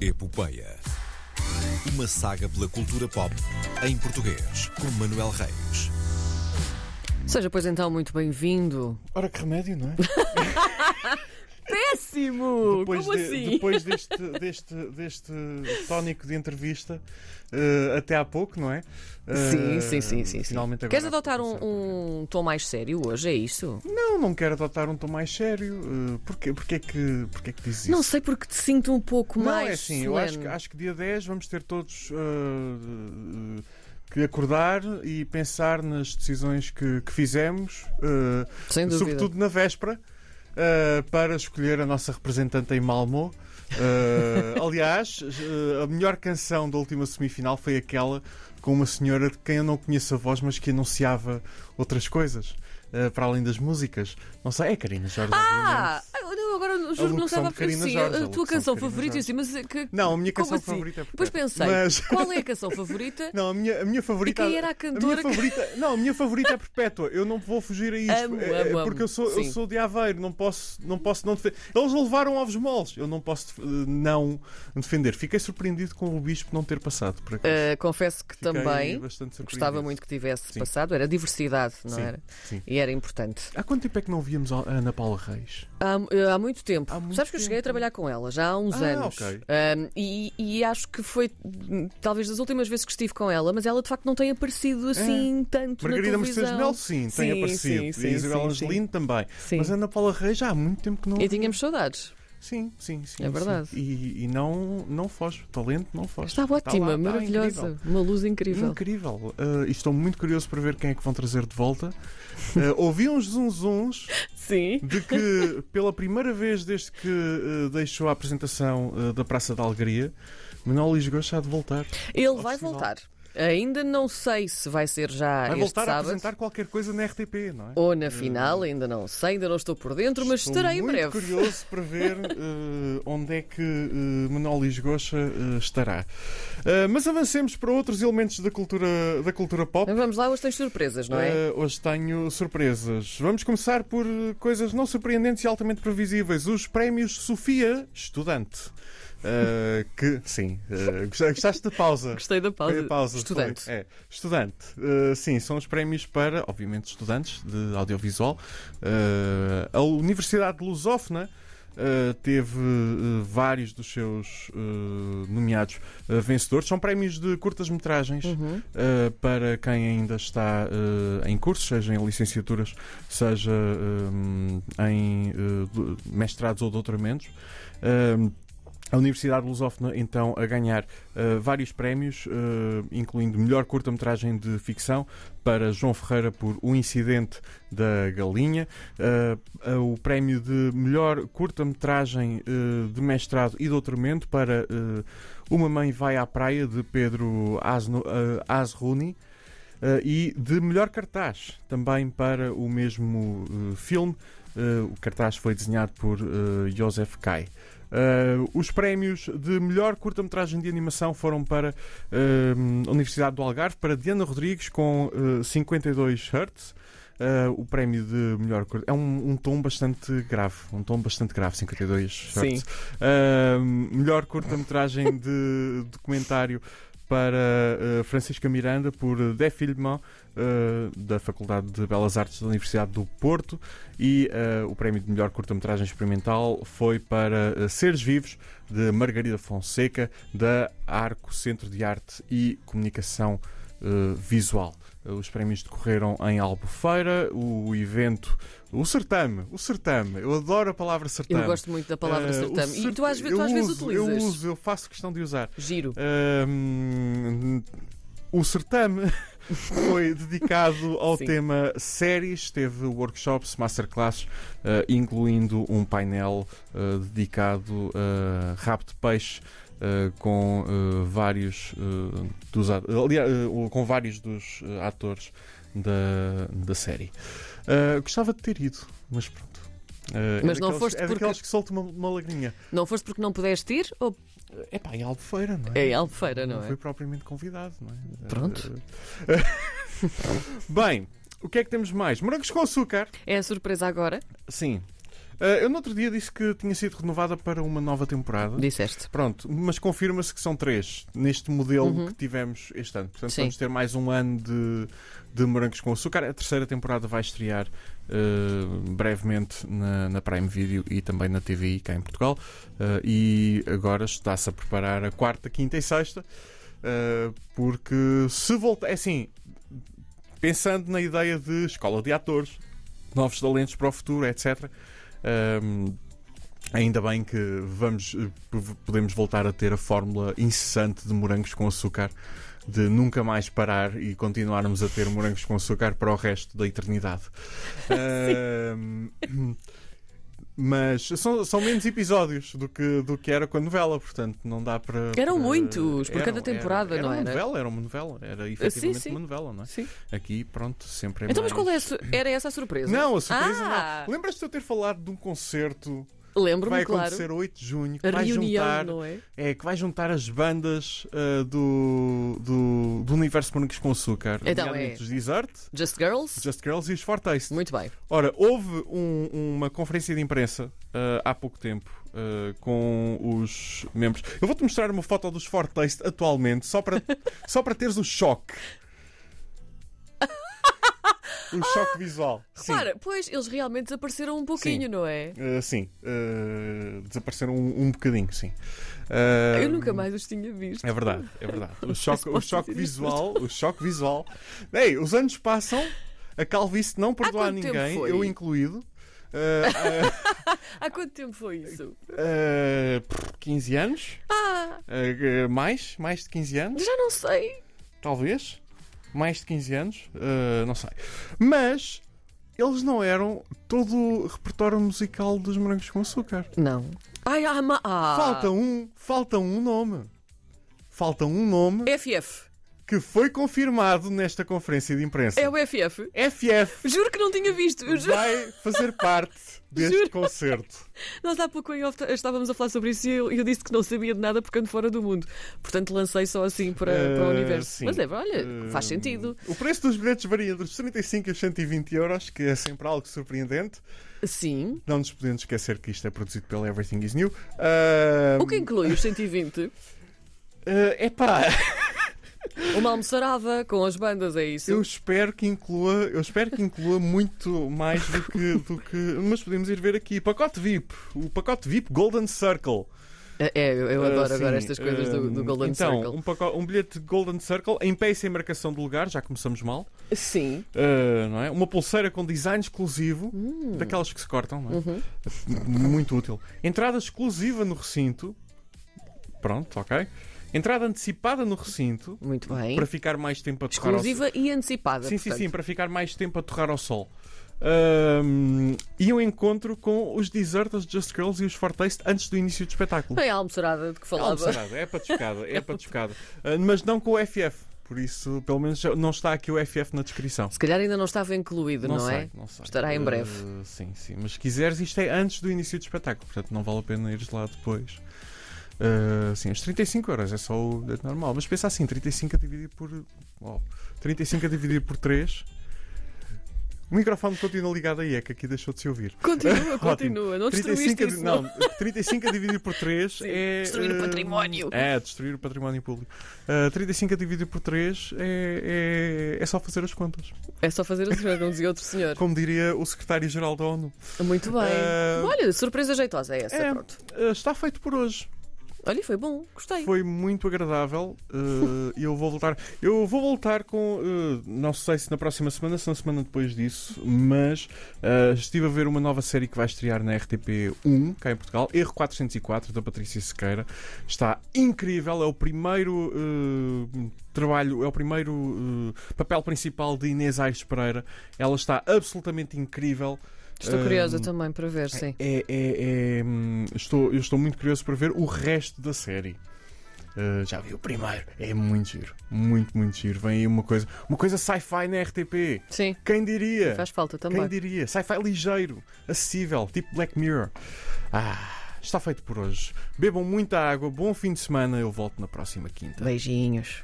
Epopeia. Uma saga pela cultura pop em português, com Manuel Reis. Seja, pois então, muito bem-vindo. Ora, que remédio, não é? Péssimo! Como de- assim? depois deste, deste, deste tónico de entrevista, eh, até há pouco, não é? Eh, Sim, sim, sim, sim, sim. Finalmente agora. Queres adotar um, um tom mais sério hoje? É isso? Não, não quero adotar um tom mais sério. eh, porquê, porquê, que, porquê que diz isso? Não sei porque te sinto um pouco Não, mais. é assim, eu acho que, solene. acho que dia 10 vamos ter todos eh, que acordar e pensar nas decisões que, que fizemos, eh, Sem dúvida. sobretudo na véspera, eh, para escolher a nossa representante em Malmo. Eh, aliás, eh, a melhor canção da última semifinal foi aquela com uma senhora de quem eu não conheço a voz, mas que anunciava outras coisas, eh, para além das músicas. Não sei, é Karina Jorge. Ah! obviamente. eu não, agora eu juro que não locução estava a de Carina sim, Jorge, a A locução tua de canção Carina favorita, eu disse, Jorge. mas eh, que. Não, a minha como canção assim? favorita é Depois pensei, Mas- qual é a canção favorita? Não, a minha, a minha favorita. E quem era a cantora minha que- favorita, Não, a minha favorita é Perpétua. Eu não vou fugir a isto. Amo, é- é amo, porque amo. eu sou, eu Sim. sou de Aveiro, não posso não. Posso não defe- Eles levaram ovos moles. Eu não posso eh, não defender. Fiquei surpreendido com o Bispo não ter passado. Por acaso. Ah, confesso que Fiquei também bastante surpreendido. gostava muito que tivesse Sim. passado. Era diversidade, não Sim, era? sim. E era importante. Há quanto tempo é que não víamos a Ana Paula Reis? Há, há muito tempo. Há muito Sabes que eu cheguei a tempo. trabalhar com ela já há uns Ah, anos. ok. Um, e, e acho que foi hum, talvez das últimas vezes que estive com ela, mas ela de facto não tem aparecido assim tanto. É. Margarida na Mercedes televisão. Mel, sim, tem Sim, aparecido. sim, sim, e a Isabel sim, sim. Angelino também. Sim. Mas Ana Paula Reis já há muito tempo que não. E tínhamos saudades. Sim, sim, sim. É sim. verdade. E, e não, não foge. O talento não foge. Está lá, ótima, está maravilhosa. incrível. Uma luz incrível. Incrível. Uh, e estou muito curioso para ver quem é que vão trazer de volta. Uh, ouvi uns zunzuns Sim. de que, pela primeira vez desde que uh, deixou a apresentação uh, da Praça da Alegria, Manuel Lisgoa está de voltar. Ele vai festival. voltar. Ainda não sei se vai ser já Ah, Vai este voltar a sábado apresentar qualquer coisa na RTP, não é? ou na final, ainda não sei, ainda não estou por dentro, mas Estou estarei em muito breve. curioso para ver eh, onde é que eh, Manuel Lisgocha eh, estará. Eh, mas avancemos para outros elementos da cultura, da cultura pop. Mas Vamos lá, hoje tens surpresas, não é? Eh, hoje tenho surpresas. Vamos começar por eh, coisas não surpreendentes e altamente previsíveis. Os prémios Sofia Estudante. Eh, que, sim, eh, gost- gostaste da pausa? Gostei da Foi pausa. a pausa, Estudante. foi. É, estudante. Uh, sim, são os prémios para, obviamente, estudantes de audiovisual. Uh, a Universidade de Lusófona uh, teve uh, vários dos seus uh, nomeados uh, vencedores. São prémios de curtas-metragens Uhum. uh, para quem ainda está uh, em curso, seja em licenciaturas, seja um, em uh, do- mestrados ou doutoramentos. Um, a Universidade Lusófona, então, a ganhar eh, vários prémios, eh, incluindo melhor curta-metragem de ficção para João Ferreira por O Incidente da Galinha, eh, eh, o prémio de melhor curta-metragem eh, de mestrado e doutoramento para eh, Uma Mãe Vai à Praia de Pedro Asno, eh, Asruni. eh, e de melhor cartaz também para o mesmo eh, filme. Eh, o cartaz foi desenhado por eh, Josef Kai. Uh, os prémios de melhor curta-metragem de animação foram para uh, a Universidade do Algarve, para Diana Rodrigues com uh, 52 Hertz. Uh, o prémio de melhor cur- é um, um tom bastante grave, um tom bastante grave, 52 Sim. Hertz. Uh, melhor curta-metragem de documentário para uh, Francisca Miranda por Défilement uh, da Faculdade de Belas Artes da Universidade do Porto e uh, o prémio de melhor curta-metragem experimental foi para uh, Seres Vivos de Margarida Fonseca da Arco Centro de Arte e Comunicação uh, Visual. Uh, Os prémios decorreram em Albufeira, o evento, o certame, o certame. Eu adoro a palavra certame. Eu gosto muito da palavra Eh, o certame. E cert- tu às, ve- tu eu às vezes uso, utilizas. Eu uso, eu faço questão de usar. Giro. Ahm, o certame foi dedicado ao Sim. tema séries, teve workshops, masterclasses, eh, incluindo um painel eh, dedicado a rabo de peixe. eh, com eh, vários eh, dos at- aliás, eh, com vários dos eh, atores da, da série. Eh, gostava de ter ido, mas pronto. Eh, Mas é não daqueles, foste é porque- daqueles que soltam uma, uma lagrinha. Não foste porque não pudeste ir ou É pá, é albufeira, não é em Albufeira, não não é? foi propriamente convidado, não é? Pronto. Eh, Bem, o que é que temos mais? Morangos com açúcar. É a surpresa agora. Sim. Ah, eu no outro dia disse que tinha sido renovada para uma nova temporada. Disseste. Pronto, mas confirma-se que são três neste modelo Uhum. que tivemos este ano. Portanto, Sim. vamos ter mais um ano de, de Morangos com Açúcar. A terceira temporada vai estrear eh, brevemente na, na Prime Video e também na TVI cá em Portugal. Eh, e agora está-se a preparar a quarta, quinta e sexta. eh, porque se voltar. É assim, pensando na ideia de escola de atores, novos talentos para o futuro, etc. Hum, ainda bem que vamos, eh, p- podemos voltar a ter a fórmula incessante de morangos com açúcar, de nunca mais parar e continuarmos a ter morangos com açúcar para o resto da eternidade. Hum, mas são, são menos episódios do que, do que era com a novela, portanto não dá para. Eram para- muitos, por cada temporada, era, não uma era? Ah, novela, era uma novela, era efetivamente sim. uma novela, não é? Sim. Aqui, pronto, sempre é Então, mas mais- qual é a su- era essa a surpresa? Não, a surpresa Ah! não. Lembras-te de eu ter falado de um concerto que vai Lembro-me, claro. acontecer a 8 de junho, que A vai reunião, juntar, não é? é, que vai juntar as bandas ah, do, do, do universo Morangos com Açúcar, Então, nomeadamente é. os Desert, Just Girls? os Just Girls e os Four Taste. Muito bem. Ora, houve um- uma conferência de imprensa ah, há pouco tempo ah, com os membros. Eu vou-te mostrar uma foto dos Four Taste atualmente, só para, só para teres o choque. O choque visual. Sim. Repara, pois, eles realmente desapareceram um pouquinho, Sim. não é? Uh, sim, uh, desapareceram um, um bocadinho, sim. Uh, Eu nunca mais os tinha visto. É verdade, é verdade. O choque, o posso choque dizer isto. visual, o choque visual. Ei, os anos passam, a calvície não perdoa a quanto tempo ninguém, foi? eu incluído. Uh, Há quanto tempo foi isso? uh, uh, pff, 15 anos? Ah, Uh, uh, mais? Mais de 15 anos? já não sei. Talvez. Mais de 15 anos? Uh, não sei. Mas eles não eram todo o repertório musical dos Morangos com Açúcar. Não. Ai, ah, ma... ah. Falta um, falta um nome. Falta um nome FF. que foi confirmado nesta conferência de imprensa. É o FF. FF Juro que não tinha visto. Eu juro. vai fazer parte deste Juro. concerto. Nós há pouco em off t- estávamos a falar sobre isso e eu, eu disse que não sabia de nada porque ando fora do mundo. Portanto, lancei só assim para, para o Eh, universo. sim. Mas é, olha, Eh, faz sentido. O preço dos bilhetes varia dos 35 aos 120 euros, que é sempre algo surpreendente. Sim. Não nos podemos esquecer que isto é produzido pela Everything is New. Ah, O que inclui os 120? ah, epá, Uma almoçarada com as bandas, é isso? eu espero que inclua, eu espero que inclua muito mais do que, do que, mas podemos ir ver aqui pacote VIP, o pacote VIP Golden Circle. É, é, eu eu adoro Ah, sim, agora estas coisas do, do hum, Golden então, Circle. Um, paco- um bilhete de Golden Circle em pé e sem marcação de lugar, já começamos mal. Sim. Ah, não é? Uma pulseira com design exclusivo, daquelas que se cortam, não é? Hum. Uhum. muito útil. Entrada exclusiva no recinto. Pronto, ok. Entrada antecipada no recinto Muito bem. para ficar mais tempo a torrar ao sol. Exclusiva e antecipada. Sim, sim, portanto. sim, para ficar mais tempo a torrar ao sol. Ahm, e um encontro com os Deserters, Just Girls e os Fortaste antes do início do espetáculo. É a almoçarada de que É falava. almoçarada, é patuscada, é patuscada. Ah, Mas não com o FF, por isso, pelo menos já não está aqui o FF na descrição. Se calhar ainda não estava incluído, não, sei, é? não sei. Estará em Ah, breve. sim, sim. Mas se quiseres, isto é antes do início do espetáculo, portanto não vale a pena ires lá depois. Ah, sim, os 35 euros é só o bilhete normal. Mas pensa assim: 35 a dividir por. uau, 35 a dividir por 3. O microfone continua ligado aí, é que aqui deixou de se ouvir. Continua, continua. Não destruíste 35 a, isso. di- não, 35 a dividir por 3 Sim, é. destruir o ah, património. É, destruir o património público. Ah, 35 a dividir por 3 é, é, é só fazer as contas. É só fazer as perguntas e outro senhor. Como diria o secretário-geral da ONU. Muito bem. Eh, Olha, surpresa jeitosa é essa, é. pronto. Ah, está feito por hoje. Olha, foi bom, gostei. Foi muito agradável. ah, E eu vou voltar. Eu vou voltar com. ah, não sei se na próxima semana, se na semana depois disso, mas ah, estive a ver uma nova série que vai estrear na RTP1, cá em Portugal, Erro 404, da Patrícia Sequeira. Está incrível, é o primeiro ah, trabalho, é o primeiro ah, papel principal de Inês Aires Pereira. Ela está absolutamente incrível. Estou Ah, curiosa também para ver, sim. É, é- é, hum, estou, eu estou muito curioso para ver o resto da série. Uh, já vi o primeiro. É muito giro. Muito, muito giro. Vem aí uma coisa. Uma coisa sci-fi na RTP. Sim, Quem diria? faz falta É. Quem também. diria? Sci-fi ligeiro, acessível, tipo Black Mirror. Ah, está feito por hoje. Bebam muita água, bom fim de semana. Eu volto na próxima quinta. Beijinhos.